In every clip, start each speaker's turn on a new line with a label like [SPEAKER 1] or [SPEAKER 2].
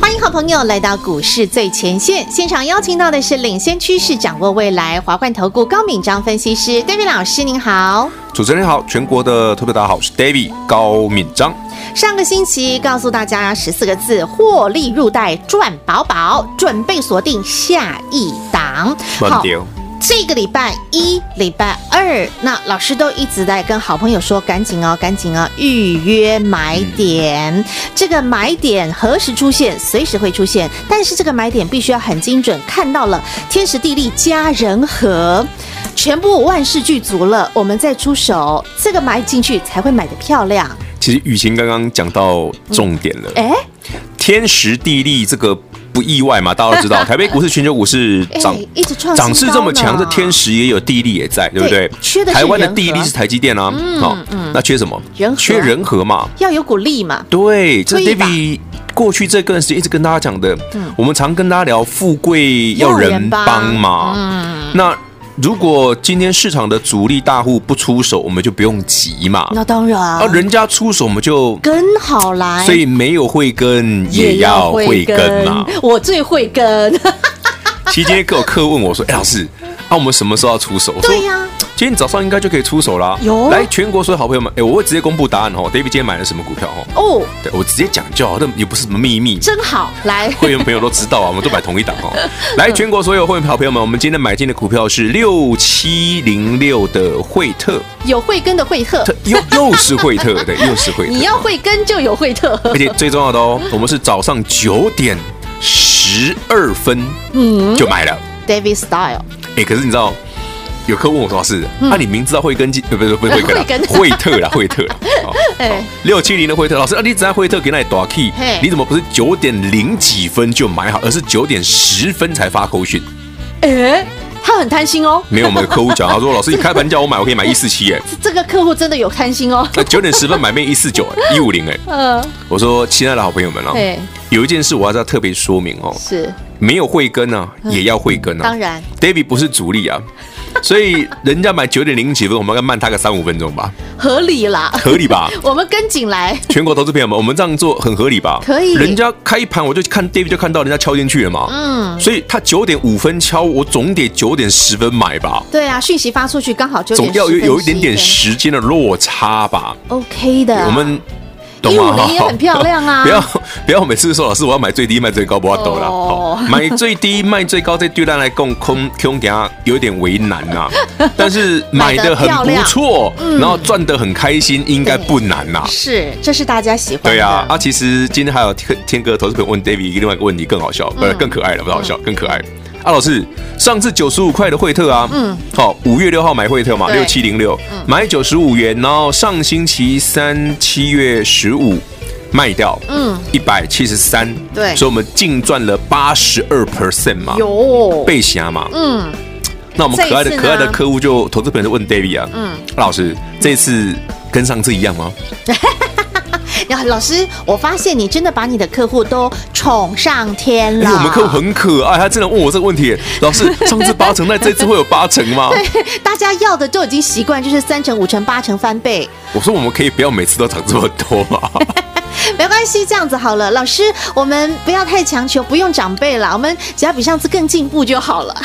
[SPEAKER 1] 欢迎好朋友来到股市最前线，现场邀请到的是领先趋势、掌握未来华冠投顾高敏章分析师 David 老师，您好。
[SPEAKER 2] 主持人好，全国的特别大家好，我是 David 高敏章。
[SPEAKER 1] 上个星期告诉大家十四个字：获利入袋赚饱饱，准备锁定下一档。
[SPEAKER 2] 乱丢，
[SPEAKER 1] 这个礼拜一、礼拜二，那老师都一直在跟好朋友说，赶紧哦，赶紧哦，预约买点。
[SPEAKER 2] 嗯
[SPEAKER 1] 这个买点何时出现，随时会出现，但是这个买点必须要很精准，看到了天时地利加人和，全部万事俱足了，我们再出手，这个买进去才会买得漂亮。
[SPEAKER 2] 其实雨晴刚刚讲到重点了，
[SPEAKER 1] 哎，
[SPEAKER 2] 天时地利这个不意外嘛，大家 都知道，台北股市、全球股市涨
[SPEAKER 1] 哎，一直创新
[SPEAKER 2] 涨势这
[SPEAKER 1] 高
[SPEAKER 2] 么
[SPEAKER 1] 呢
[SPEAKER 2] 强，这天时也有地利也在，对不
[SPEAKER 1] 对
[SPEAKER 2] 对？
[SPEAKER 1] 缺的是
[SPEAKER 2] 台湾的
[SPEAKER 1] 人和嗯
[SPEAKER 2] 地利是台积电啊，好，那缺什么
[SPEAKER 1] 人？和
[SPEAKER 2] 缺人和嘛。
[SPEAKER 1] 要有鼓励
[SPEAKER 2] 啊
[SPEAKER 1] 嘛，
[SPEAKER 2] 对，这是
[SPEAKER 1] 推一把嗯
[SPEAKER 2] David 过去这段时间一直跟大家讲的，我们常跟大家聊富贵要
[SPEAKER 1] 要人嗯
[SPEAKER 2] 人帮嘛。那如果今天市场的主力大户不出手，我们就不用急嘛。
[SPEAKER 1] 那当然，
[SPEAKER 2] 而啊人家出手，我们就
[SPEAKER 1] 跟好来，
[SPEAKER 2] 所以没有会跟也要会
[SPEAKER 1] 啊
[SPEAKER 2] 跟嘛。
[SPEAKER 1] 我最会 跟，
[SPEAKER 2] 其实今天各有客问我说：“哎，老师，啊，我们什么时候要出手？”我说
[SPEAKER 1] 对呀、
[SPEAKER 2] 今天早上应该就可以出手啦。
[SPEAKER 1] 有
[SPEAKER 2] 来，全国所有好朋友们，哎，我会直接公布答案哦。David 今天买了什么股票哦？
[SPEAKER 1] 哦，
[SPEAKER 2] 对我直接讲就好，这也不是什么秘密。
[SPEAKER 1] 真好，来，
[SPEAKER 2] 会员朋友都知道啊，我们都买同一档哦。来，全国所有会员好朋友们，我们今天买进的股票是六七零六的惠特，
[SPEAKER 1] 有会跟的会特，
[SPEAKER 2] 特又又是惠特，对，又是惠特。
[SPEAKER 1] 你要会跟就有会特，
[SPEAKER 2] 而且最重要的哦，我们是早上九点十二分就买了。
[SPEAKER 1] David Style，
[SPEAKER 2] 哎、可是你知道，有客问我说是，啊，你明知道会跟进，呃，不是不是会跟啦
[SPEAKER 1] 慧根，
[SPEAKER 2] 惠特啦，惠特啦，哦
[SPEAKER 1] 哎，
[SPEAKER 2] 六七零的惠特，老师，啊，你只在惠特给那里打 key，
[SPEAKER 1] 嘿
[SPEAKER 2] 你怎么不是九点零几分就买好，而是九点十分才发扣讯？
[SPEAKER 1] 哎，他很贪心哦，
[SPEAKER 2] 没有我们的客户讲，他说老师，你开盘叫我买，我可以买一四七，哎，
[SPEAKER 1] 这个客户真的有贪心哦，
[SPEAKER 2] 那九点十分买变一四九，一五零，哎，
[SPEAKER 1] 呃，
[SPEAKER 2] 我说亲爱的好朋友们哦
[SPEAKER 1] 嘿，
[SPEAKER 2] 有一件事我要再特别说明哦，
[SPEAKER 1] 是，
[SPEAKER 2] 没有慧根啊，也要慧根啊。
[SPEAKER 1] 嗯当然
[SPEAKER 2] ，David 不是主力啊，所以人家买九点零几分，我们要慢他个三五分钟吧，
[SPEAKER 1] 合理啦，
[SPEAKER 2] 合 理吧？
[SPEAKER 1] 我们跟紧来，
[SPEAKER 2] 全国投资朋友们，我们这样做很合理吧？
[SPEAKER 1] 可以
[SPEAKER 2] 人家开盘我就看 David 就看到人家敲进去了嘛，嗯，所以他九点五分敲，我总得九点十分买吧，
[SPEAKER 1] 对啊，讯息发出去刚好九
[SPEAKER 2] 总
[SPEAKER 1] 点
[SPEAKER 2] 要有
[SPEAKER 1] 10分
[SPEAKER 2] 有一点点
[SPEAKER 1] 11分
[SPEAKER 2] 时间的落差吧？
[SPEAKER 1] ，OK 的，
[SPEAKER 2] 我们。懂
[SPEAKER 1] 一五
[SPEAKER 2] 吗？
[SPEAKER 1] 零也很漂亮 啊
[SPEAKER 2] 不要不要，每次说老师我要买最低卖最高，不要抖了。
[SPEAKER 1] 哦
[SPEAKER 2] 好买最低卖最高，这对咱来供空空给他有点为难呐、但 是买的很不错，
[SPEAKER 1] 嗯
[SPEAKER 2] 然后赚的很开心，应该不难啊呐、
[SPEAKER 1] 是，这是大家喜欢的，
[SPEAKER 2] 对呀、啊，其实今天还有天天哥投资朋友问 David 另外一个问题更好笑，
[SPEAKER 1] 嗯
[SPEAKER 2] 不是更可爱了，不是好笑，更可爱。啊，老师，上次九十五块的惠特啊，嗯，好，五月六号买惠特嘛，
[SPEAKER 1] 对嗯
[SPEAKER 2] 六七零六买九十五元，然后上星期三七月十五卖掉，嗯，一百七十三，
[SPEAKER 1] 对
[SPEAKER 2] 所以我们净赚了八十二 percent 嘛，
[SPEAKER 1] 有
[SPEAKER 2] 背侠嘛，嗯。那我们可爱
[SPEAKER 1] 这一次
[SPEAKER 2] 的
[SPEAKER 1] 呢
[SPEAKER 2] 可爱的客户就投资朋友就问 David 啊，嗯，老师，这次跟上次一样吗？
[SPEAKER 1] 然后老师，我发现你真的把你的客户都宠上天
[SPEAKER 2] 哎、
[SPEAKER 1] 了。
[SPEAKER 2] 我们客户很可爱，他真的问哦我这个问题，老师，上次八成，那这次会有八成 吗？
[SPEAKER 1] 大家要的都已经习惯，就是三成、五成、八成翻倍，
[SPEAKER 2] 我说我们可以不要每次都涨这么多啊嘛，
[SPEAKER 1] 没关系，这样子好了。老师，我们不要太强求，不用长辈了，我们只要比上次更进步就 好了。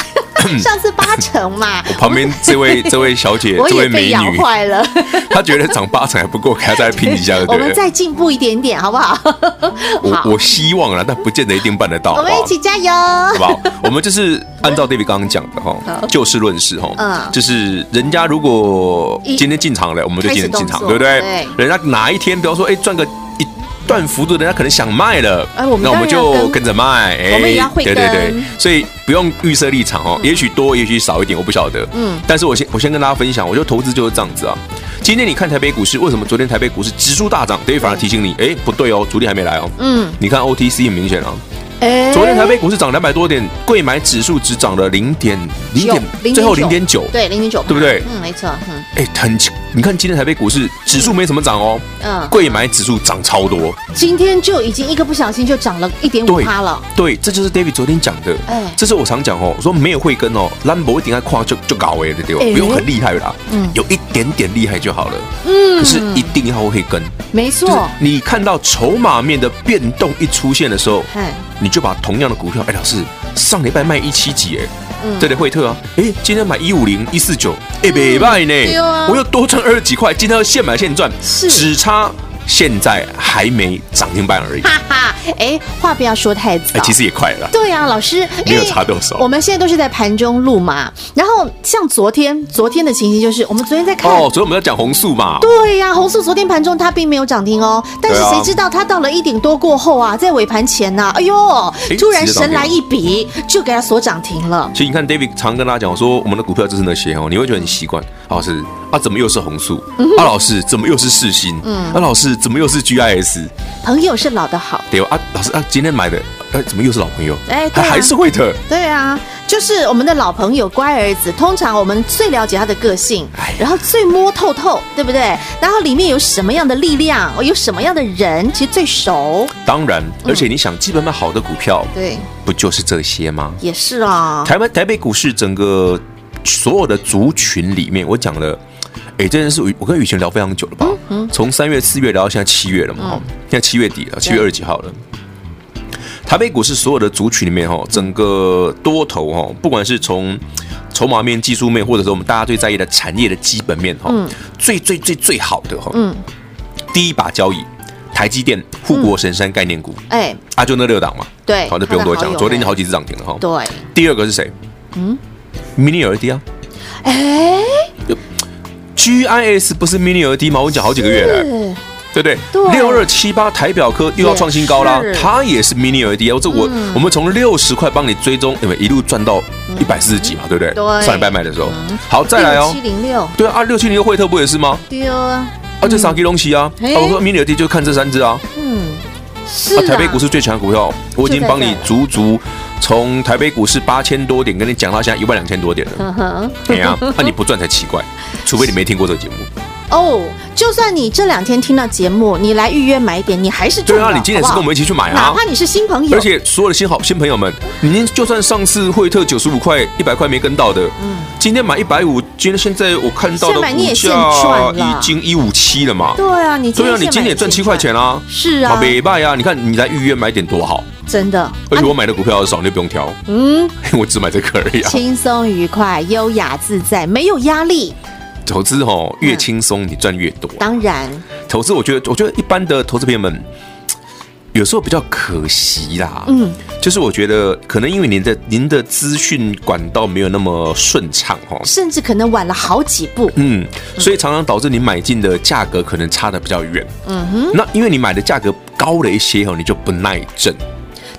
[SPEAKER 1] 上次八成嘛，
[SPEAKER 2] 旁边 这位这位小姐，
[SPEAKER 1] 我
[SPEAKER 2] 这
[SPEAKER 1] 也
[SPEAKER 2] 位
[SPEAKER 1] 被
[SPEAKER 2] 美
[SPEAKER 1] 咬
[SPEAKER 2] 女，
[SPEAKER 1] 坏 了。
[SPEAKER 2] 她觉得涨八成还不够，给她再拼一下，对
[SPEAKER 1] 我
[SPEAKER 2] 不
[SPEAKER 1] 们
[SPEAKER 2] 对？
[SPEAKER 1] 再进步一点点，好不好？好
[SPEAKER 2] 我我希望啦，但不见得一定办得到，
[SPEAKER 1] 我
[SPEAKER 2] 好不
[SPEAKER 1] 们一
[SPEAKER 2] 好？
[SPEAKER 1] 起加
[SPEAKER 2] 好
[SPEAKER 1] 油。
[SPEAKER 2] 不好？ 我们就是按照 David 刚刚讲的哈，就事论事哈
[SPEAKER 1] 嗯，
[SPEAKER 2] 就是人家如果
[SPEAKER 1] 一
[SPEAKER 2] 今天进场了，我们就今天进
[SPEAKER 1] 开始动
[SPEAKER 2] 场，
[SPEAKER 1] 作
[SPEAKER 2] 对不对
[SPEAKER 1] 对？
[SPEAKER 2] 人家哪一天，比方说，哎，赚个一段幅度，人家可能想卖了，
[SPEAKER 1] 哎我们
[SPEAKER 2] 那我们
[SPEAKER 1] 当然要
[SPEAKER 2] 就
[SPEAKER 1] 跟
[SPEAKER 2] 跟着卖，
[SPEAKER 1] 我
[SPEAKER 2] 哎
[SPEAKER 1] 们也要会
[SPEAKER 2] 对对对
[SPEAKER 1] 跟，嗯
[SPEAKER 2] 所以不用预设立场哦，也许多，也许少一点，我不晓得。嗯，但是我先我先跟大家分享，我觉得投资就是这样子啊。今天你看台北股市，为什么昨天台北股市指数大涨？David 反而提醒你，哎，不对哦，主力还没来哦。
[SPEAKER 1] 嗯，
[SPEAKER 2] 你看 OTC 很明显啊，
[SPEAKER 1] 哎
[SPEAKER 2] 昨天台北股市涨两百多点，贵买指数只涨了零点零点，最后零点九，
[SPEAKER 1] 对零点九，
[SPEAKER 2] 对不对
[SPEAKER 1] 嗯，没错，嗯，
[SPEAKER 2] 哎，很你看今天台北股市指数没什么涨哦，
[SPEAKER 1] 嗯
[SPEAKER 2] 贵买指数涨超多，
[SPEAKER 1] 今天就已经一个不小心就涨了一点五
[SPEAKER 2] 对
[SPEAKER 1] 趴了，
[SPEAKER 2] 对，这就是 David 昨天讲的
[SPEAKER 1] 哎，
[SPEAKER 2] 这是我常讲哦，我说没有慧根哦，兰博一定要跨就就搞哎，对不对？
[SPEAKER 1] 哎
[SPEAKER 2] 不用很厉害啦，有一点点厉害就好了，嗯，可是一定要慧根，
[SPEAKER 1] 没
[SPEAKER 2] 就是
[SPEAKER 1] 错，
[SPEAKER 2] 你看到筹码面的变动一出现的时候，
[SPEAKER 1] 哎，
[SPEAKER 2] 你就把同样的股票，哎，老师上礼拜卖一七几，哎
[SPEAKER 1] 嗯，
[SPEAKER 2] 这里惠特啊，哎，今天买一五零一四九，哎，没卖
[SPEAKER 1] 对啊
[SPEAKER 2] 呢，我又多赚二十几块，今天要现买现赚，
[SPEAKER 1] 是
[SPEAKER 2] 只差现在还没涨停板而已，
[SPEAKER 1] 哈哈，哎，话不要说太早
[SPEAKER 2] 哎，，其实也快了啦，
[SPEAKER 1] 对啊，老师，
[SPEAKER 2] 没有
[SPEAKER 1] 因为
[SPEAKER 2] 差多少
[SPEAKER 1] 我们现在都是在盘中录嘛，然后像昨天，昨天的情形就是，我们昨天在看。
[SPEAKER 2] 哦，昨天我们在讲红素嘛，
[SPEAKER 1] 对呀、红素昨天盘中它并没有涨停哦，但是
[SPEAKER 2] 对啊
[SPEAKER 1] 谁知道它到了一点多过后啊，在尾盘前呐、哎呦，
[SPEAKER 2] 诶
[SPEAKER 1] 突然
[SPEAKER 2] 直接涨
[SPEAKER 1] 神
[SPEAKER 2] 停
[SPEAKER 1] 来一笔，就给它锁涨停了。
[SPEAKER 2] 其实你看，David 常跟大家讲说，我们的股票就是那些哦，你会觉得很习惯。老师啊，怎么又是红素？
[SPEAKER 1] 嗯
[SPEAKER 2] 啊，老师怎么又是世新？啊，老师怎么又是 GIS？
[SPEAKER 1] 朋友是老的好，
[SPEAKER 2] 对吧啊，老师啊，今天买的，哎，怎么又是老朋友？
[SPEAKER 1] 哎对
[SPEAKER 2] 还
[SPEAKER 1] 啊
[SPEAKER 2] 还是惠特。
[SPEAKER 1] 对啊，就是我们的老朋友乖儿子，通常我们最了解他的个性
[SPEAKER 2] 哎，
[SPEAKER 1] 然后最摸透透，对不对？然后里面有什么样的力量，有什么样的人，其实最熟。
[SPEAKER 2] 当然，而且你想，基本面好的股票，
[SPEAKER 1] 嗯对，
[SPEAKER 2] 不就是这些吗？
[SPEAKER 1] 也是啊，
[SPEAKER 2] 台湾台北股市整个所有的族群里面，我讲了，哎，这件事我我跟雨晴聊非常久了吧？
[SPEAKER 1] 嗯
[SPEAKER 2] 从三月、四月聊到现在七月了嘛，哦现在七月底了，七月二十几号了。台北股市所有的族群里面，哈，整个多头哈，不管是从筹码面、技术面，或者是我们大家最在意的产业的基本面，哈，最最最最好的哈，
[SPEAKER 1] 嗯
[SPEAKER 2] 第一把交椅，台积电、护国神山概念股，
[SPEAKER 1] 哎，
[SPEAKER 2] 啊，就那六档嘛，
[SPEAKER 1] 对
[SPEAKER 2] 好，那不用多讲，
[SPEAKER 1] 它的好友
[SPEAKER 2] 昨天就
[SPEAKER 1] 哎
[SPEAKER 2] 好几次涨停了哈。
[SPEAKER 1] 对，
[SPEAKER 2] 第二个是谁？嗯，Mini LED 啊
[SPEAKER 1] 哎，
[SPEAKER 2] ，GIS 不是 Mini LED 吗？我讲好几个月
[SPEAKER 1] 是
[SPEAKER 2] 了，对不对
[SPEAKER 1] 对？
[SPEAKER 2] 六二七八台表科又要创新高啦
[SPEAKER 1] 也，是嗯
[SPEAKER 2] 它也是 Mini LED 啊。这我我们从六十块帮你追踪，因为一路赚到一百四十几嘛，对不对？
[SPEAKER 1] 对
[SPEAKER 2] 上礼拜卖的时候，好再来哦
[SPEAKER 1] 七。零六
[SPEAKER 2] 对啊，六七零的惠特不也是吗？
[SPEAKER 1] 丢啊，
[SPEAKER 2] 啊，这傻鸡东西啊，
[SPEAKER 1] 嘿
[SPEAKER 2] 啊，我说 Mini LED 就看这三只啊。
[SPEAKER 1] 嗯，是
[SPEAKER 2] 啊，
[SPEAKER 1] 啊，
[SPEAKER 2] 台北股市最强的股票，我已经帮
[SPEAKER 1] 就
[SPEAKER 2] 你
[SPEAKER 1] 在这
[SPEAKER 2] 足足从台北股市八千多点跟你讲到现在一万两千多点了。
[SPEAKER 1] 嗯哼，
[SPEAKER 2] 哎呀，那你不赚才奇 怪，除非你没听过这个节目。
[SPEAKER 1] 哦，就算你这两天听到节目，你来预约买点，你还是
[SPEAKER 2] 对
[SPEAKER 1] 赚
[SPEAKER 2] 啊，
[SPEAKER 1] 了
[SPEAKER 2] 你今天也是
[SPEAKER 1] 好
[SPEAKER 2] 跟
[SPEAKER 1] 不
[SPEAKER 2] 我们一起去买
[SPEAKER 1] 好哪
[SPEAKER 2] 啊。
[SPEAKER 1] 怕你是新朋友，
[SPEAKER 2] 而且所有的新好新朋友们，您就算上次惠特九十五块、一百块没跟到的，今天买一百五，今天现在我看到
[SPEAKER 1] 嗯现
[SPEAKER 2] 的
[SPEAKER 1] 在买你也
[SPEAKER 2] 股
[SPEAKER 1] 现赚
[SPEAKER 2] 价
[SPEAKER 1] 了
[SPEAKER 2] 已经一五七了嘛。
[SPEAKER 1] 对啊，你今
[SPEAKER 2] 对
[SPEAKER 1] 天
[SPEAKER 2] 啊，你今天也赚七块钱啦、啊。
[SPEAKER 1] 是啊，
[SPEAKER 2] 没卖啊！你看你来预约买点多好，
[SPEAKER 1] 真的，
[SPEAKER 2] 而且我买的股票少，你就不用挑，
[SPEAKER 1] 啊嗯，
[SPEAKER 2] 我只买这个而已 啊。
[SPEAKER 1] 轻松愉快、优雅自在，没有压力。
[SPEAKER 2] 投资哦，越轻松你赚越多。
[SPEAKER 1] 当然，
[SPEAKER 2] 投资，我觉得，我觉得一般的投资朋友们，有时候比较可惜啦。
[SPEAKER 1] 嗯，
[SPEAKER 2] 就是我觉得可能因为您的您的资讯管道没有那么顺畅哈、哦。
[SPEAKER 1] 甚至可能晚了好几步。
[SPEAKER 2] 嗯，所以常常导致你买进的价格可能差的比较远。嗯哼，那因为你买的价格高了一些哦，你就不耐震。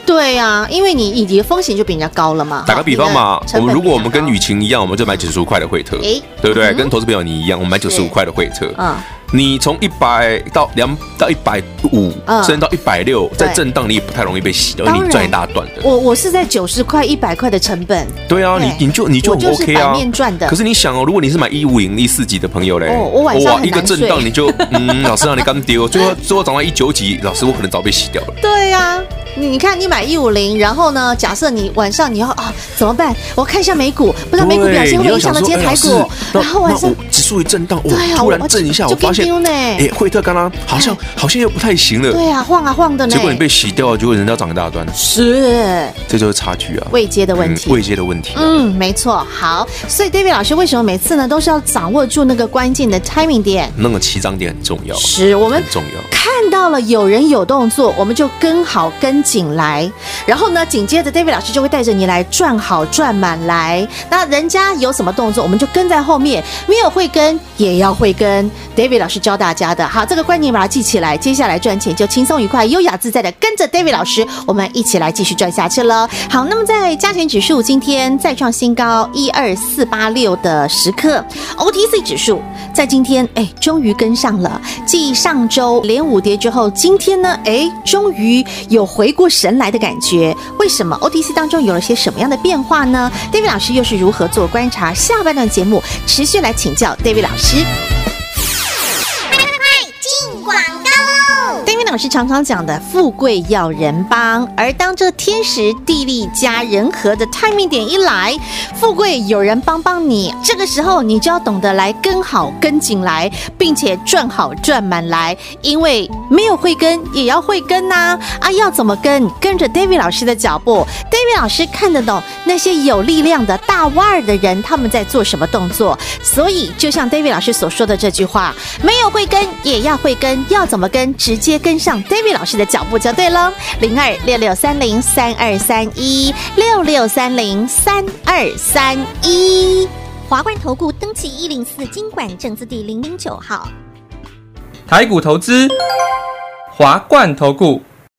[SPEAKER 1] 对啊，因为你你的风险就比人家高了嘛。
[SPEAKER 2] 打个比方嘛
[SPEAKER 1] 你的，
[SPEAKER 2] 我
[SPEAKER 1] 成本
[SPEAKER 2] 们如果我们
[SPEAKER 1] 比人
[SPEAKER 2] 跟
[SPEAKER 1] 家
[SPEAKER 2] 雨晴一样，我们就买九十五块的惠特，
[SPEAKER 1] 诶
[SPEAKER 2] 对不对？跟投资朋友你一样，我们买九十五块的惠特。
[SPEAKER 1] 高嗯，
[SPEAKER 2] 你从一百到两到一百五
[SPEAKER 1] 嗯，
[SPEAKER 2] 甚至到一百六，
[SPEAKER 1] 对
[SPEAKER 2] 在震荡你也不太容易被洗掉，
[SPEAKER 1] 当然
[SPEAKER 2] 你赚一大段的。
[SPEAKER 1] 我我是在九十块、一百块的成本，
[SPEAKER 2] 对啊，
[SPEAKER 1] 对
[SPEAKER 2] 你你就你就
[SPEAKER 1] 我
[SPEAKER 2] 很
[SPEAKER 1] 就是
[SPEAKER 2] OK
[SPEAKER 1] 版
[SPEAKER 2] 啊。
[SPEAKER 1] 面赚的
[SPEAKER 2] 可是你想哦，如果你是买一五零、一四级的朋友嘞，
[SPEAKER 1] 哦我晚上很难
[SPEAKER 2] 一个震荡
[SPEAKER 1] 睡
[SPEAKER 2] 你就 嗯，老师让你干丢，最后最后涨到一九几，老师我可能早被洗掉了。
[SPEAKER 1] 对呀、你你看，你买一五零，然后呢？假设你晚上你要啊怎么办？我看一下美股，不知道美股表现
[SPEAKER 2] 对
[SPEAKER 1] 会影响到今天台
[SPEAKER 2] 你
[SPEAKER 1] 股
[SPEAKER 2] 又想说哎老
[SPEAKER 1] 然
[SPEAKER 2] 师，
[SPEAKER 1] 后晚
[SPEAKER 2] 那那
[SPEAKER 1] 上
[SPEAKER 2] 我指数一震荡，我
[SPEAKER 1] 对啊
[SPEAKER 2] 突然
[SPEAKER 1] 我
[SPEAKER 2] 震一下，
[SPEAKER 1] 就
[SPEAKER 2] 我发现
[SPEAKER 1] 就变丢呢
[SPEAKER 2] 哎，惠特刚刚好像好像又不太行了，
[SPEAKER 1] 对啊晃啊晃的呢，
[SPEAKER 2] 结果你被洗掉，结果人家涨一大段，
[SPEAKER 1] 是
[SPEAKER 2] 这就是差距啊，
[SPEAKER 1] 未接的问题。
[SPEAKER 2] 嗯位阶的问题啊。
[SPEAKER 1] 嗯，没错。好，所以 David 老师为什么每次呢都是要掌握住那个关键的 timing 点？
[SPEAKER 2] 那个起涨点很重要，
[SPEAKER 1] 是我们
[SPEAKER 2] 很重要。
[SPEAKER 1] 看到了有人有动作，我们就跟好跟紧来。然后呢，紧接着 David 老师就会带着你来赚好赚满来。那人家有什么动作，我们就跟在后面。没有会跟也要会跟。David 老师教大家的，好，这个观念把它记起来，接下来赚钱就轻松愉快、优雅自在的跟着 David 老师，我们一起来继续赚下去喽。好，那么在加权指数今天再创新高一二四八六的时刻，OTC 指数在今天哎终于跟上了，继上周连五跌之后，今天呢哎终于有回过神来的感觉。为什么 OTC 当中有了些什么样的变化呢？David 老师又是如何做观察？下半段节目持续来请教 David 老师。明老师常常讲的“富贵要人帮”，而当这天时地利加人和的 timing 点一来，富贵有人帮帮你，这个时候你就要懂得来跟好、跟紧来，并且赚好赚满来，因为没有慧根也要慧根呐、啊！要怎么跟？跟着 David 老师的脚步，David 老师看得懂那些有力量的大腕儿的人他们在做什么动作，所以就像 David 老师所说的这句话，没有慧根也要慧根，要怎么跟？直接跟上 David 老师的脚步就对喽。零二六六三零三二三一六六三零三二三一。
[SPEAKER 3] 华冠投顾登记一零四经管证字第零零九号。
[SPEAKER 4] 台股投资，华冠投顾。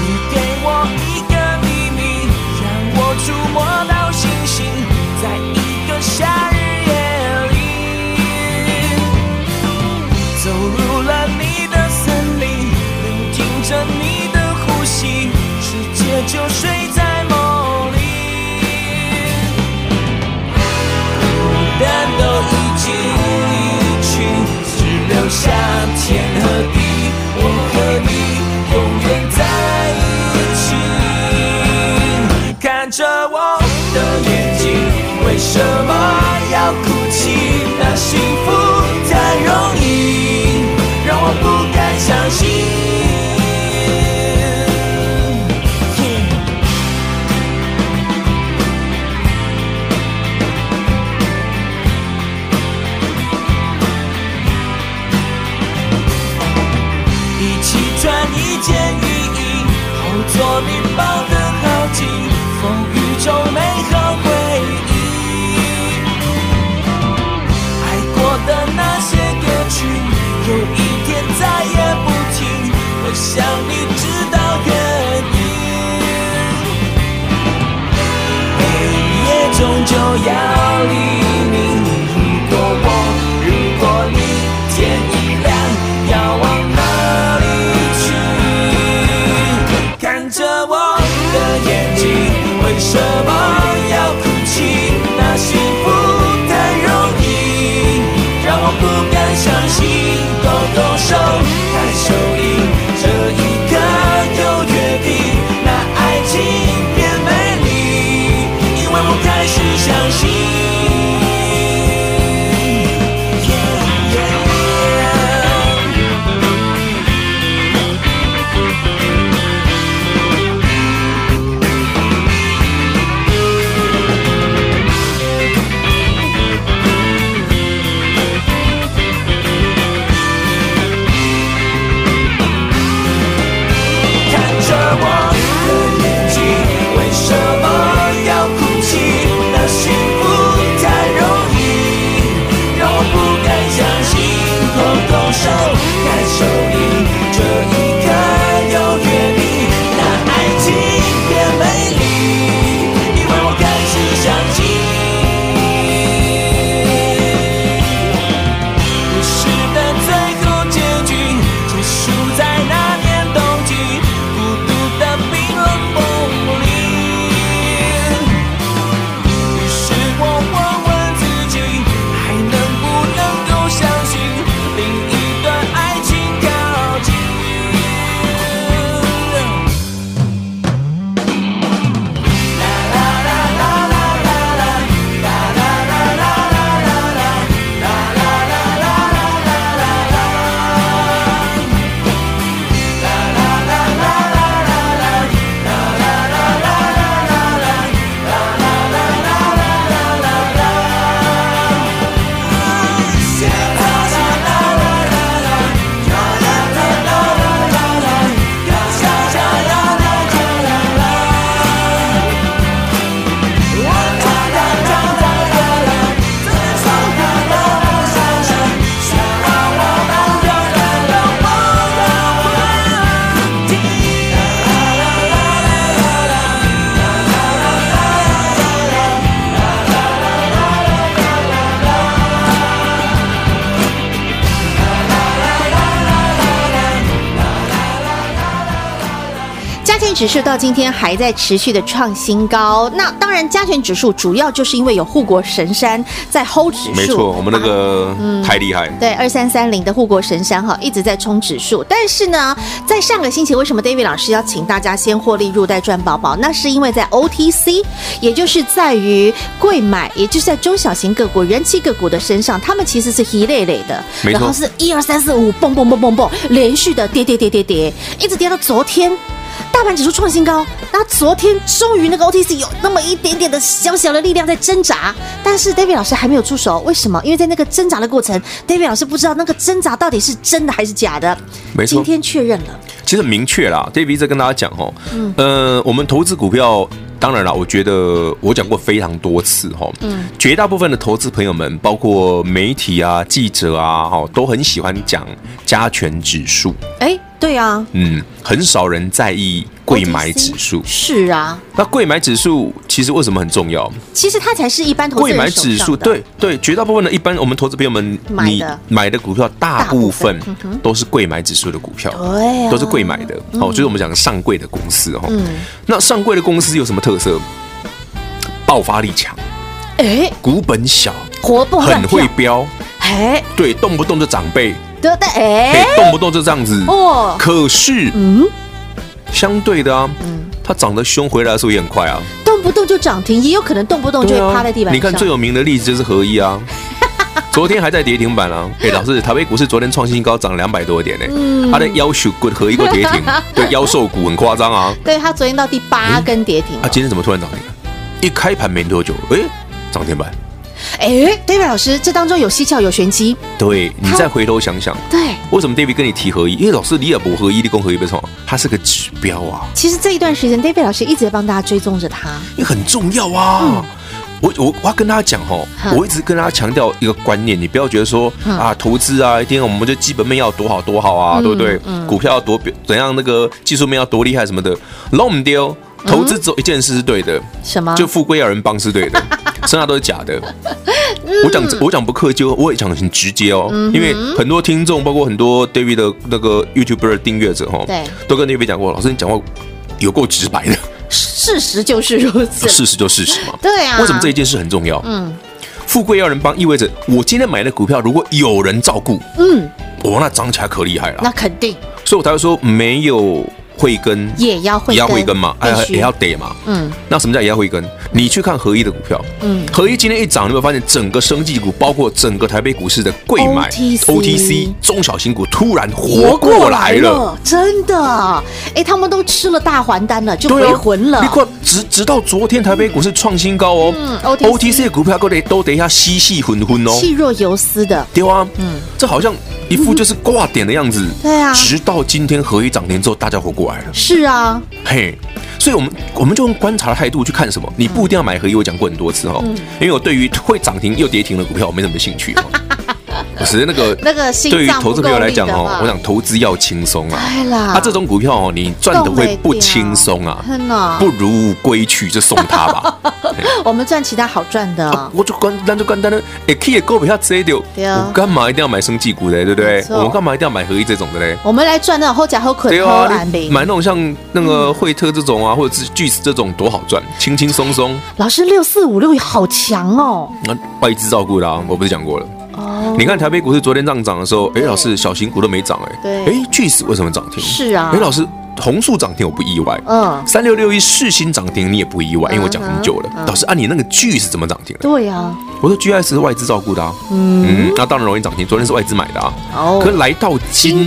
[SPEAKER 5] 你给我一个秘密，让我触摸到星星，在一个夏日夜里，走入了你的森林，聆听着你的呼吸，世界就睡在梦里，孤单都已经离去，只留下天和地，我和你永远在一起。看着我的眼睛，为什么要哭泣？那幸福太容易，让我不敢相信。一起穿一件雨衣，后座面包的好景，风雨中美好回忆。爱过的那些歌曲，有一天再也不听，我想你知道原因。黑夜终究要黎明。如果我，如果你，天一亮要往哪里去？看着我的眼睛，为什么要哭泣？那幸福太容易，让我不敢相信。勾勾手，看手印，这一刻有约定，那爱情变美丽。因为我开始相信。
[SPEAKER 1] 券指数到今天还在持续的创新高。那当然，加权指数主要就是因为有护国神山在 hold 指数，
[SPEAKER 2] 没错，我们那
[SPEAKER 1] 啊
[SPEAKER 2] 个
[SPEAKER 1] 嗯
[SPEAKER 2] 太厉害，
[SPEAKER 1] 对，二三三零的护国神山哈，一直在冲指数。但是呢，在上个星期，为什么 David 老师要请大家先获利入袋赚宝宝？那是因为在 OTC，也就是在于贵买，也就是在中小型个股、人气个股的身上，他们其实是一类类的，
[SPEAKER 2] 没错
[SPEAKER 1] 然后是一二三四五，蹦蹦蹦蹦蹦，连续的跌跌跌跌跌，一直跌到昨天。大盘指数创新高，那昨天终于那个 OTC 有那么一点点的小小的力量在挣扎，但是 David 老师还没有出手，为什么？因为在那个挣扎的过程，David 老师不知道那个挣扎到底是真的还是假的。
[SPEAKER 2] 没错
[SPEAKER 1] 今天确认了，
[SPEAKER 2] 其实很明确啦，David 在跟大家讲哦，
[SPEAKER 1] 嗯
[SPEAKER 2] 呃，我们投资股票，当然啦，我觉得我讲过非常多次哈，
[SPEAKER 1] 嗯
[SPEAKER 2] 绝大部分的投资朋友们，包括媒体啊、记者啊，哈，都很喜欢讲加权指数，
[SPEAKER 1] 哎，对啊，
[SPEAKER 2] 嗯，很少人在意贵买指数。
[SPEAKER 1] 是啊，
[SPEAKER 2] 那贵买指数其实为什么很重要？
[SPEAKER 1] 其实它才是一般投资
[SPEAKER 2] 贵
[SPEAKER 1] 人
[SPEAKER 2] 买
[SPEAKER 1] 手
[SPEAKER 2] 指
[SPEAKER 1] 上
[SPEAKER 2] 数，
[SPEAKER 1] 的
[SPEAKER 2] 对对，绝大部分的一般我们投资朋友们，
[SPEAKER 1] 买
[SPEAKER 2] 你
[SPEAKER 1] 的
[SPEAKER 2] 买的股票大
[SPEAKER 1] 大部
[SPEAKER 2] 部
[SPEAKER 1] 分
[SPEAKER 2] 分
[SPEAKER 1] 嗯哼
[SPEAKER 2] 都是贵买指数的股票，
[SPEAKER 1] 对啊
[SPEAKER 2] 都是贵买的哦，就是我们讲上柜的公司哦
[SPEAKER 1] 嗯。
[SPEAKER 2] 那上柜的公司有什么特色？爆发力强，
[SPEAKER 1] 哎，
[SPEAKER 2] 股本小，
[SPEAKER 1] 活蹦乱
[SPEAKER 2] 很
[SPEAKER 1] 跳
[SPEAKER 2] 会，飙，
[SPEAKER 1] 哎，
[SPEAKER 2] 对，动不动就长辈，
[SPEAKER 1] 对对，
[SPEAKER 2] 哎
[SPEAKER 1] 哎，，
[SPEAKER 2] 动不动就这样子。
[SPEAKER 1] 哦，
[SPEAKER 2] 可是
[SPEAKER 1] 嗯，
[SPEAKER 2] 相对的啊，它长得凶回来的速度也很快啊。
[SPEAKER 1] 动不动就涨停，也有可能动不动就
[SPEAKER 2] 对
[SPEAKER 1] 会趴在地板
[SPEAKER 2] 啊。
[SPEAKER 1] 上。
[SPEAKER 2] 你看最有名的例子就是合 一啊，昨天还在跌停板啊。哎、老师，台北股市昨天创新高，涨两百多点呢、
[SPEAKER 1] 嗯
[SPEAKER 2] 它的腰手股合一个跌 停，对腰瘦股很夸张啊。
[SPEAKER 1] 对，它昨天到第八根跌停了
[SPEAKER 2] 啊，今天怎么突然涨停？一开盘没多久，哎、涨停板。
[SPEAKER 1] 哎，David 老师，这当中有蹊跷，有玄机。
[SPEAKER 2] 对你再回头想想，
[SPEAKER 1] 对，
[SPEAKER 2] 为什么 David 跟你提合一？因为老师你也不合一，你跟合一为什么？它是个指标啊，
[SPEAKER 1] 其实这一段时间，David 老师一直在帮大家追踪着它。
[SPEAKER 2] 也很重要啊。我我我要跟大家讲哦，
[SPEAKER 1] 嗯好
[SPEAKER 2] 我一直跟大家强调一个观念，你不要觉得说
[SPEAKER 1] 嗯
[SPEAKER 2] 啊，投资啊，一定我们就基本面要多好多好啊，
[SPEAKER 1] 嗯
[SPEAKER 2] 对不对
[SPEAKER 1] 嗯？
[SPEAKER 2] 股票要多怎样，那个技术面要多厉害什么的，弄不丢。投
[SPEAKER 1] 嗯
[SPEAKER 2] 资只有一件事是对的，
[SPEAKER 1] 什么？
[SPEAKER 2] 就富贵要人帮是对的，剩下都是假的。我讲
[SPEAKER 1] 嗯
[SPEAKER 2] 我讲不客气，哦，我也讲得很直接哦，因为很多听众，包括很多 David 的那个 YouTuber 的订阅者哦
[SPEAKER 1] 对，
[SPEAKER 2] 都跟 David 讲过，老师你讲话有够直白的，
[SPEAKER 1] 事实就是如此。
[SPEAKER 2] 事实就事实嘛。
[SPEAKER 1] 对啊。
[SPEAKER 2] 为什么这一件事很重要？
[SPEAKER 1] 嗯
[SPEAKER 2] 富贵要人帮，意味着我今天买的股票，如果有人照顾，
[SPEAKER 1] 嗯，
[SPEAKER 2] 我那涨起来可厉害
[SPEAKER 1] 那
[SPEAKER 2] 了。
[SPEAKER 1] 肯定
[SPEAKER 2] 所以我才会说没有慧根
[SPEAKER 1] 也要会
[SPEAKER 2] 也要慧根嘛，哎
[SPEAKER 1] 必须
[SPEAKER 2] 也要得嘛。
[SPEAKER 1] 嗯
[SPEAKER 2] 那什么叫也要慧根？你去看合一的股票，
[SPEAKER 1] 嗯
[SPEAKER 2] 合一今天一涨，你有没有发现整个生技股，包括整个台北股市的贵买
[SPEAKER 1] OTC
[SPEAKER 2] 中小型股突然活过来了？，
[SPEAKER 1] 真的。哎，他们都吃了大还丹了，就回魂了
[SPEAKER 2] 哦啊你。看，直直到昨天台北股市创新高哦、
[SPEAKER 1] 嗯
[SPEAKER 2] o t c 的股票都得都得一下稀稀混混哦，
[SPEAKER 1] 气若游丝的，
[SPEAKER 2] 对啊，这好像一副就是挂点的样子。
[SPEAKER 1] 对啊
[SPEAKER 2] 直到今天合一涨停之后，大家活过来了。
[SPEAKER 1] 是啊，
[SPEAKER 2] 嘿，所以我们我们就用观察的态度去看什么，你不一定要买合一，我讲过很多次哦，
[SPEAKER 1] 嗯
[SPEAKER 2] 因为我对于会涨停又跌停的股票，我没什么兴趣哦。我只是那个
[SPEAKER 1] 那个心
[SPEAKER 2] 对于
[SPEAKER 1] 脏
[SPEAKER 2] 投资朋友来讲
[SPEAKER 1] 不够力的
[SPEAKER 2] 哦
[SPEAKER 1] 话，
[SPEAKER 2] 我想投资要轻松啊。
[SPEAKER 1] 哎啦，
[SPEAKER 2] 啊，这种股票哦，你赚的会不轻松啊
[SPEAKER 1] 动不了真的，
[SPEAKER 2] 不如归去就送它 吧。
[SPEAKER 1] 我们赚其他好赚的
[SPEAKER 2] 啊
[SPEAKER 1] 哦，
[SPEAKER 2] 我就简单就简单的，哎，可以够比较直掉。
[SPEAKER 1] 对啊
[SPEAKER 2] 我干嘛一定要买生技股的，对不
[SPEAKER 1] 没
[SPEAKER 2] 对？
[SPEAKER 1] 错
[SPEAKER 2] 我干嘛一定要买合一这种的嘞？
[SPEAKER 1] 我们来赚那种后甲后捆
[SPEAKER 2] 对
[SPEAKER 1] 后
[SPEAKER 2] 啊
[SPEAKER 1] 安，
[SPEAKER 2] 你
[SPEAKER 1] bình。
[SPEAKER 2] 买那种像那
[SPEAKER 1] 嗯
[SPEAKER 2] 个惠特这种啊，或者是巨石这种多好赚，轻轻松松。
[SPEAKER 1] 老师六四五六好强哦，
[SPEAKER 2] 那外资照顾的啊，我不是讲过了。
[SPEAKER 1] 哦，
[SPEAKER 2] 你看台北股市昨天上涨的时候，哎，老师小型股都没涨，哎，
[SPEAKER 1] 对
[SPEAKER 2] 哎，巨石为什么涨停？
[SPEAKER 1] 是啊
[SPEAKER 2] 哎，老师红树涨停我不意外，
[SPEAKER 1] 嗯，
[SPEAKER 2] 三六六一世新涨停你也不意外，因为我讲很久了
[SPEAKER 1] 嗯哼。
[SPEAKER 2] 老师，啊，你那个巨是怎么涨停的？
[SPEAKER 1] 对呀，
[SPEAKER 2] 我说 GS 是外资照顾的啊，嗯，那当然容易涨停，昨天是外资买的啊。
[SPEAKER 1] 哦
[SPEAKER 2] 可来到今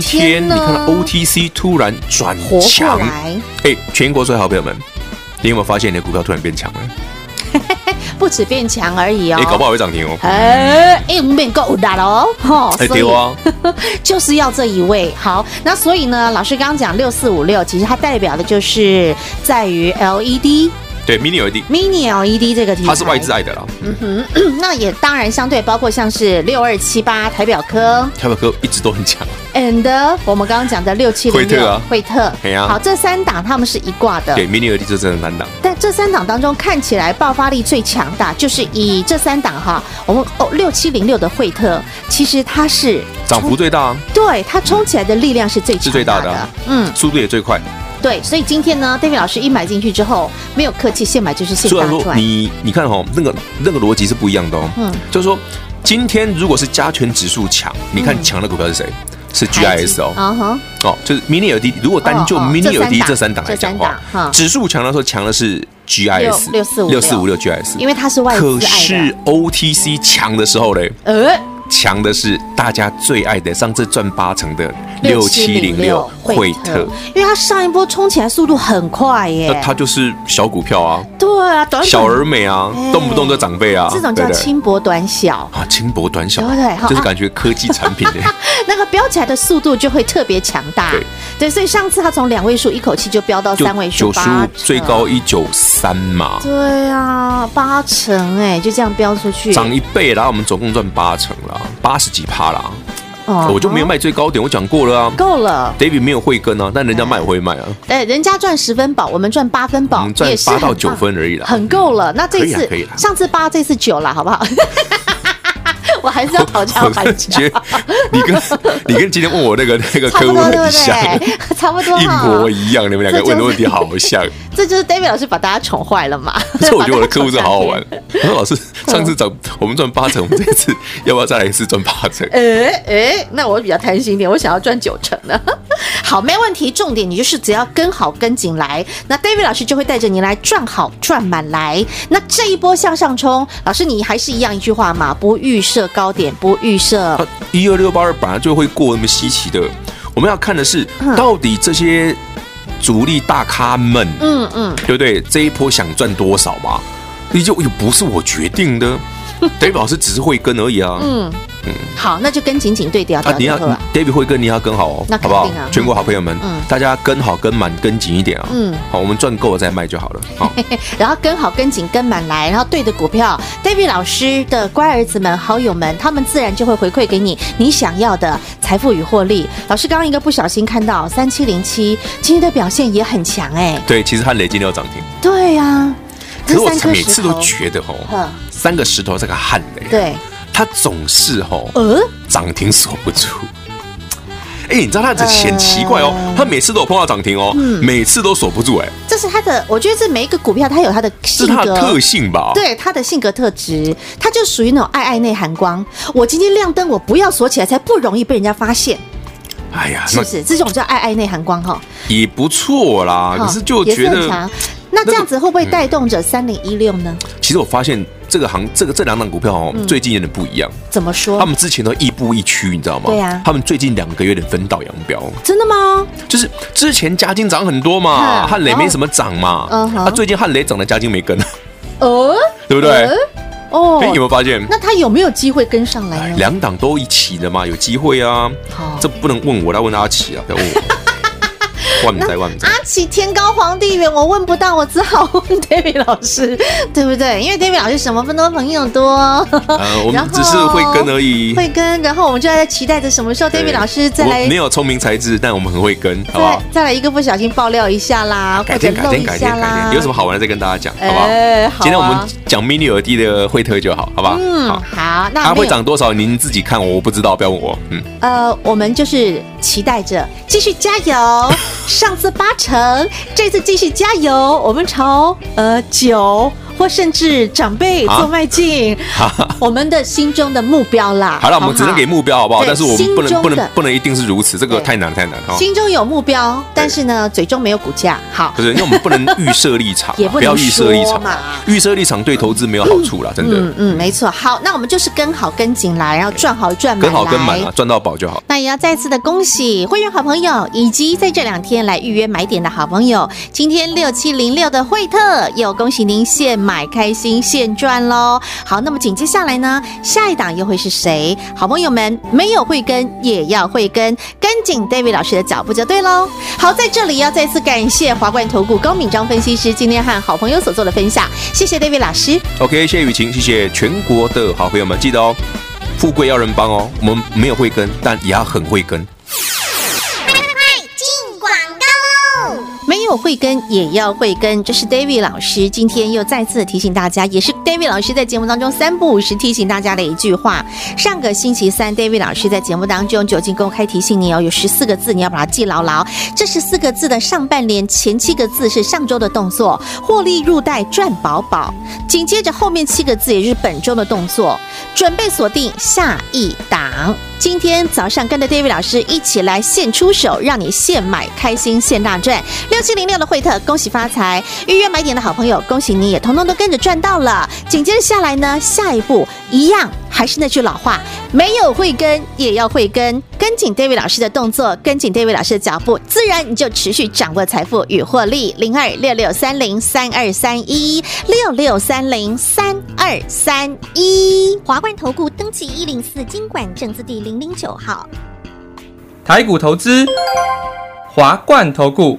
[SPEAKER 1] 今天
[SPEAKER 2] 天，你
[SPEAKER 1] 呢
[SPEAKER 2] 看到 OTC 突然转
[SPEAKER 1] 活过
[SPEAKER 2] 强，
[SPEAKER 1] 来，
[SPEAKER 2] 哎，全国所有好朋友们，你有没有发现你的股票突然变强了？
[SPEAKER 1] 不止变强而已哦
[SPEAKER 2] 哎，，搞不好会涨停哦。
[SPEAKER 1] 哎，哎，我们变够大了哦，哈，
[SPEAKER 2] 哎，
[SPEAKER 1] 所以
[SPEAKER 2] 对哦，
[SPEAKER 1] 就是要这一位。好，那所以呢，老师刚刚讲六四五六，其实它代表的就是在于 LED
[SPEAKER 2] 对，mini LED，
[SPEAKER 1] mini LED 这个题材，嗯
[SPEAKER 2] 它是外资啊爱的啦。
[SPEAKER 1] 那也当然相对包括像是六二七八台表科
[SPEAKER 2] 台北科一直都很 强，啊
[SPEAKER 1] ，and 我们刚刚讲的六七
[SPEAKER 2] 惠
[SPEAKER 1] 零
[SPEAKER 2] 特
[SPEAKER 1] 六
[SPEAKER 2] 啊
[SPEAKER 1] 惠特
[SPEAKER 2] 嘿啊
[SPEAKER 1] 好，这三档他们是一挂的。
[SPEAKER 2] 对，mini LED 就真的难挡。
[SPEAKER 1] 但这三档当中，看起来爆发力最强大，就是以这三档哈，我们哦六七零六的惠特，其实它是
[SPEAKER 2] 涨幅最大啊，
[SPEAKER 1] 对它冲起来的力量是最强
[SPEAKER 2] 是最大的啊
[SPEAKER 1] 嗯，
[SPEAKER 2] 速度也最快，
[SPEAKER 1] 对，所以今天呢，David 老师一买进去之后，没有客气，现买就是现
[SPEAKER 2] 虽
[SPEAKER 1] 搭
[SPEAKER 2] 然说
[SPEAKER 1] 出来。
[SPEAKER 2] 你你看哈、那个那个逻辑是不一样的哦。
[SPEAKER 1] 嗯
[SPEAKER 2] 就是说今天如果是加权指数强，你看强的股票是谁？是 GIS 哦，
[SPEAKER 1] 啊哈，
[SPEAKER 2] 哦，就是 mini LED。如果单就
[SPEAKER 1] 哦哦
[SPEAKER 2] mini
[SPEAKER 1] 这三
[SPEAKER 2] LED
[SPEAKER 1] 档
[SPEAKER 2] 这三档来讲的话
[SPEAKER 1] 这三档哈，
[SPEAKER 2] 指数强的时候强的是 GIS
[SPEAKER 1] 六6456
[SPEAKER 2] 六四五六 GIS，
[SPEAKER 1] 因为它是外
[SPEAKER 2] 可
[SPEAKER 1] 资爱
[SPEAKER 2] 是
[SPEAKER 1] 的。
[SPEAKER 2] OTC 强的时候嘞，
[SPEAKER 1] 呃，
[SPEAKER 2] 强的是大家最爱的上次赚八成的六七零
[SPEAKER 1] 6706
[SPEAKER 2] 六惠特，，呃
[SPEAKER 1] 因为它上一波冲起来速度很快
[SPEAKER 2] 那
[SPEAKER 1] 耶。
[SPEAKER 2] 它就是小股票啊，
[SPEAKER 1] 对啊，短短
[SPEAKER 2] 小而美啊，动不动就长辈啊，
[SPEAKER 1] 哎这种
[SPEAKER 2] 对
[SPEAKER 1] 叫
[SPEAKER 2] 不对
[SPEAKER 1] 轻薄短小，
[SPEAKER 2] 啊，轻薄短小，
[SPEAKER 1] 对不对好
[SPEAKER 2] 就是感觉科技 产品哎、
[SPEAKER 1] 那个飙起来的速度就会特别强大。
[SPEAKER 2] 对
[SPEAKER 1] 对，所以上次它从两位数一口气就飙到
[SPEAKER 2] 就
[SPEAKER 1] 三位数，
[SPEAKER 2] 九十
[SPEAKER 1] 八
[SPEAKER 2] 五
[SPEAKER 1] 成，
[SPEAKER 2] 最高一九三嘛，
[SPEAKER 1] 对啊，八成哎，就这样飙出去，
[SPEAKER 2] 涨一倍啦，我们总共赚八成啦，八十几趴啦，
[SPEAKER 1] 哦
[SPEAKER 2] 我就没有卖最高点，我讲过了啊
[SPEAKER 1] 够了。
[SPEAKER 2] ，David 没有慧根啊，但人家卖我会卖啊，
[SPEAKER 1] 哎，人家赚十分饱，我们赚八分
[SPEAKER 2] 我
[SPEAKER 1] 饱
[SPEAKER 2] 们，嗯
[SPEAKER 1] 哦
[SPEAKER 2] 赚
[SPEAKER 1] 也是
[SPEAKER 2] 八到
[SPEAKER 1] 很
[SPEAKER 2] 九
[SPEAKER 1] 棒
[SPEAKER 2] 分而已啦，
[SPEAKER 1] 很够了。那这
[SPEAKER 2] 可以啊
[SPEAKER 1] 次
[SPEAKER 2] 啦可以啦
[SPEAKER 1] 上次八，这次九了，好不好？我还是要讨价
[SPEAKER 2] 我
[SPEAKER 1] 还价，
[SPEAKER 2] 觉得你跟你跟今天问我那个那个
[SPEAKER 1] 差
[SPEAKER 2] 客
[SPEAKER 1] 不
[SPEAKER 2] 户
[SPEAKER 1] 多对
[SPEAKER 2] 很
[SPEAKER 1] 不
[SPEAKER 2] 像，
[SPEAKER 1] 对？差不多
[SPEAKER 2] 一模
[SPEAKER 1] 哈。
[SPEAKER 2] 一样，你们两
[SPEAKER 1] 这
[SPEAKER 2] 个
[SPEAKER 1] 就是
[SPEAKER 2] 问的问题好像。
[SPEAKER 1] 这就是 David 老师把大家宠坏了 嘛？
[SPEAKER 2] 所以我觉得我的客户
[SPEAKER 1] 是
[SPEAKER 2] 真好好 玩。。我说老师，上次涨我们赚八成，我们这次 要不要再来一次赚八成？
[SPEAKER 1] 哎哎，那我比较贪心一点，我想要赚九成呢。 好，没问题。重点你就是只要跟好跟紧来，那 David 老师就会带着你来赚好赚满来。那这一波向上冲，老师你还是一样一句话嘛，不预设高点，不预设
[SPEAKER 2] 啊，一二六八二本来就会过那么稀奇的，我们要看的是
[SPEAKER 1] 嗯
[SPEAKER 2] 到底这些主力大咖们，
[SPEAKER 1] 嗯嗯，
[SPEAKER 2] 对不对？这一波想赚多少嘛？你就又不是我决定 的，David 老师只是会跟而已啊。
[SPEAKER 1] 嗯，好，那就跟紧紧对调
[SPEAKER 2] 啊，
[SPEAKER 1] 调
[SPEAKER 2] 你
[SPEAKER 1] 调
[SPEAKER 2] 要
[SPEAKER 1] 了。
[SPEAKER 2] David 会跟，你要跟好哦，
[SPEAKER 1] 那肯
[SPEAKER 2] 好
[SPEAKER 1] 定
[SPEAKER 2] 不
[SPEAKER 1] 啊
[SPEAKER 2] 好？全国好朋友们
[SPEAKER 1] 嗯，
[SPEAKER 2] 大家跟好、跟满、跟紧一点啊。
[SPEAKER 1] 嗯
[SPEAKER 2] 好，我们赚够了再卖就好了。 好，
[SPEAKER 1] 然后跟好跟紧跟满来，然后对的股票，David 老师的乖儿子们、好友们，他们自然就会回馈给你你想要的财富与获利。老师刚刚一个不小心看到三七零七今天的表现也很强哎，
[SPEAKER 2] 对，其实汉雷今天要涨停，
[SPEAKER 1] 对呀、啊，
[SPEAKER 2] 可是我
[SPEAKER 1] 这三颗
[SPEAKER 2] 每次
[SPEAKER 1] 石
[SPEAKER 2] 都
[SPEAKER 1] 头
[SPEAKER 2] 觉得
[SPEAKER 1] 嗯
[SPEAKER 2] 哦，三个石头这个汉雷，，
[SPEAKER 1] 对，
[SPEAKER 2] 它总是哦，
[SPEAKER 1] 呃，
[SPEAKER 2] 涨停锁不住。 哎、你知道他这很奇怪哦，
[SPEAKER 1] 嗯
[SPEAKER 2] 他每次都有碰到涨停哦，每次都锁不住、哎，
[SPEAKER 1] 这是他的，我觉得这每一个股票它有它的
[SPEAKER 2] 这
[SPEAKER 1] 性
[SPEAKER 2] 是他
[SPEAKER 1] 格
[SPEAKER 2] 的特啊性吧？，
[SPEAKER 1] 对他的性格特质，他就属于那种爱爱内涵光。我今天亮灯，我不要锁起来，才不容易被人家发现，
[SPEAKER 2] 哎呀，
[SPEAKER 1] 是
[SPEAKER 2] 那
[SPEAKER 1] 不是？这种叫爱爱内涵光哈。
[SPEAKER 2] 也不错啦。
[SPEAKER 1] 哈
[SPEAKER 2] 啊可是就
[SPEAKER 1] 也
[SPEAKER 2] 觉
[SPEAKER 1] 是很
[SPEAKER 2] 得
[SPEAKER 1] 强，。那这样子会不会带动着三零一六呢？
[SPEAKER 2] 其实我发现这个行，这个这两档股票哦，
[SPEAKER 1] 嗯
[SPEAKER 2] 最近有点不一样。
[SPEAKER 1] 怎么说
[SPEAKER 2] 他？们之前都亦步亦趋，你知道吗？
[SPEAKER 1] 对啊
[SPEAKER 2] 他们最近两个有点分道扬镳，
[SPEAKER 1] 真的吗？
[SPEAKER 2] 就是之前嘉金涨很多
[SPEAKER 1] 嗯
[SPEAKER 2] 嘛，汉雷
[SPEAKER 1] 然后
[SPEAKER 2] 没什么涨嘛，
[SPEAKER 1] 嗯哼
[SPEAKER 2] 啊，最近汉雷涨了，嘉金没跟，
[SPEAKER 1] 呃，
[SPEAKER 2] 对不对？
[SPEAKER 1] 呃
[SPEAKER 2] 哎
[SPEAKER 1] 哦，
[SPEAKER 2] 有没有发现？
[SPEAKER 1] 那他有没有机会跟上来
[SPEAKER 2] 哎
[SPEAKER 1] 呢？
[SPEAKER 2] 两档都一起的嘛，有机会啊
[SPEAKER 1] 好。
[SPEAKER 2] 这不能问我，来问阿奇啊，不要问我。 万载万载，
[SPEAKER 1] 阿奇天高皇帝远，我问不到，我只好问 David 老师， 对不对？因为 David 老师什么分多朋友 多，
[SPEAKER 2] 呃，我
[SPEAKER 1] 然后
[SPEAKER 2] 们只是会跟而已。
[SPEAKER 1] 会跟，然后我们就在期待着什么时候
[SPEAKER 2] 对
[SPEAKER 1] David 老师再来
[SPEAKER 2] 我没有聪明才智，但我们很会跟，好不
[SPEAKER 1] 再
[SPEAKER 2] 好？
[SPEAKER 1] 再来一个不小心爆料一下啦，或
[SPEAKER 2] 改
[SPEAKER 1] 者
[SPEAKER 2] 天改
[SPEAKER 1] 漏
[SPEAKER 2] 天
[SPEAKER 1] 一
[SPEAKER 2] 改
[SPEAKER 1] 下
[SPEAKER 2] 天改
[SPEAKER 1] 啦
[SPEAKER 2] 天，，有什么好玩的再跟大家讲，好不好？
[SPEAKER 1] 哎好啊
[SPEAKER 2] 今天我们讲 mini 耳机的惠特就好，好吧？
[SPEAKER 1] 嗯
[SPEAKER 2] 好，
[SPEAKER 1] 好，那
[SPEAKER 2] 它
[SPEAKER 1] 没
[SPEAKER 2] 会
[SPEAKER 1] 有
[SPEAKER 2] 涨多少您自己看，我不知道，不要问我。嗯，
[SPEAKER 1] 呃，我们就是期待着继续加 油，上次八成，这次继续加油，我们朝呃九或甚至长辈
[SPEAKER 2] 啊
[SPEAKER 1] 做迈进，我们的心中的目标啦。
[SPEAKER 2] 好了，我们
[SPEAKER 1] 不
[SPEAKER 2] 只能给目标，好不好？
[SPEAKER 1] 对
[SPEAKER 2] 但是我们不
[SPEAKER 1] 心中
[SPEAKER 2] 能不能
[SPEAKER 1] 的
[SPEAKER 2] 不能一定是如此，这个
[SPEAKER 1] 对
[SPEAKER 2] 太难太难哈。
[SPEAKER 1] 心中有目标，但是呢，嘴中没有骨架。好，
[SPEAKER 2] 不，是，因为我们不能预设立场
[SPEAKER 1] 也不能
[SPEAKER 2] 要预设立
[SPEAKER 1] 说
[SPEAKER 2] 场
[SPEAKER 1] 嘛，
[SPEAKER 2] 预设立场对投资没有好处啦，真的
[SPEAKER 1] 嗯。嗯，没错。好，那我们就是跟好跟紧来，然后赚好赚满来，
[SPEAKER 2] 跟好跟满啊，赚到宝就好。
[SPEAKER 1] 那也要再次的恭喜会员好朋友，以及在这两天来预约买点的好朋友。今天六七零六的惠特，又恭喜您现买开心现赚喽！好，那么紧接下来呢，下一档又会是谁？好朋友们，没有会跟也要会跟，跟紧 David 老师的脚步就对喽。好，在这里要再次感谢华冠投顾高敏章分析师今天和好朋友所做的分享，谢谢 David 老师。
[SPEAKER 2] OK，谢谢雨晴，谢谢全国的好朋友们，记得哦，富贵要人帮哦，我们没有会跟，但也要很会跟。
[SPEAKER 3] 进广告喽！
[SPEAKER 1] 没有有慧根也要慧根，这是 David 老师今天又再次提醒大家，也是 David 老师在节目当中三不五时提醒大家的一句话。上个星期三，David 老师在节目当中就已经公开提醒你哦，有十四个字你要把它记牢牢。这十四个字的上半联前七个字是上周的动作，获利入袋赚饱饱。紧接着后面七个字也就是本周的动作，准备锁定下一档。今天早上跟着 David 老师一起来现出手，让你现买开心现大赚。六七零六的惠特，恭喜发财！预约买点的好朋友，恭喜你也通通都跟着赚到了。紧接着下来呢，下一步一样还是那句老话，没有慧根也要慧根，跟紧 David 老师的动作，跟紧 David 老师的脚步，自然你就持续掌握财富与获利。零二六六三零三二三一六六三零三二三一。
[SPEAKER 3] 华冠投顾登记一零四经管证字第零零九号。
[SPEAKER 4] 台股投资，华冠投顾。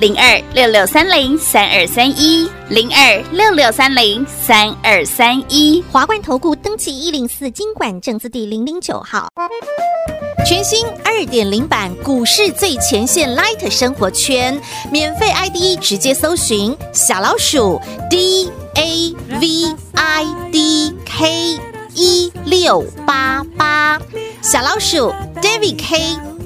[SPEAKER 6] 零二六六三零三二三一零二六六三零三二三一。
[SPEAKER 3] 华冠投顾登记一零四经管证字第零零九号。
[SPEAKER 1] 全新二点零版股市最前线 Light 生活圈，免费 ID 直接搜寻小老鼠 D A V I D K 一六八八，小老鼠 David K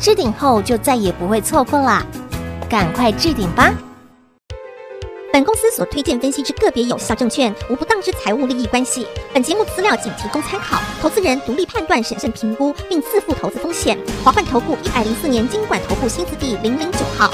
[SPEAKER 3] 置顶后就再也不会错过啦，赶快置顶吧！本公司所推荐分析之个别有效证券，无不当之财务利益关系。本节目资料仅提供参考，投资人独立判断、审慎评估，并自负投资风险。华冠投顾一百零四年经管投顾新字第零零九号。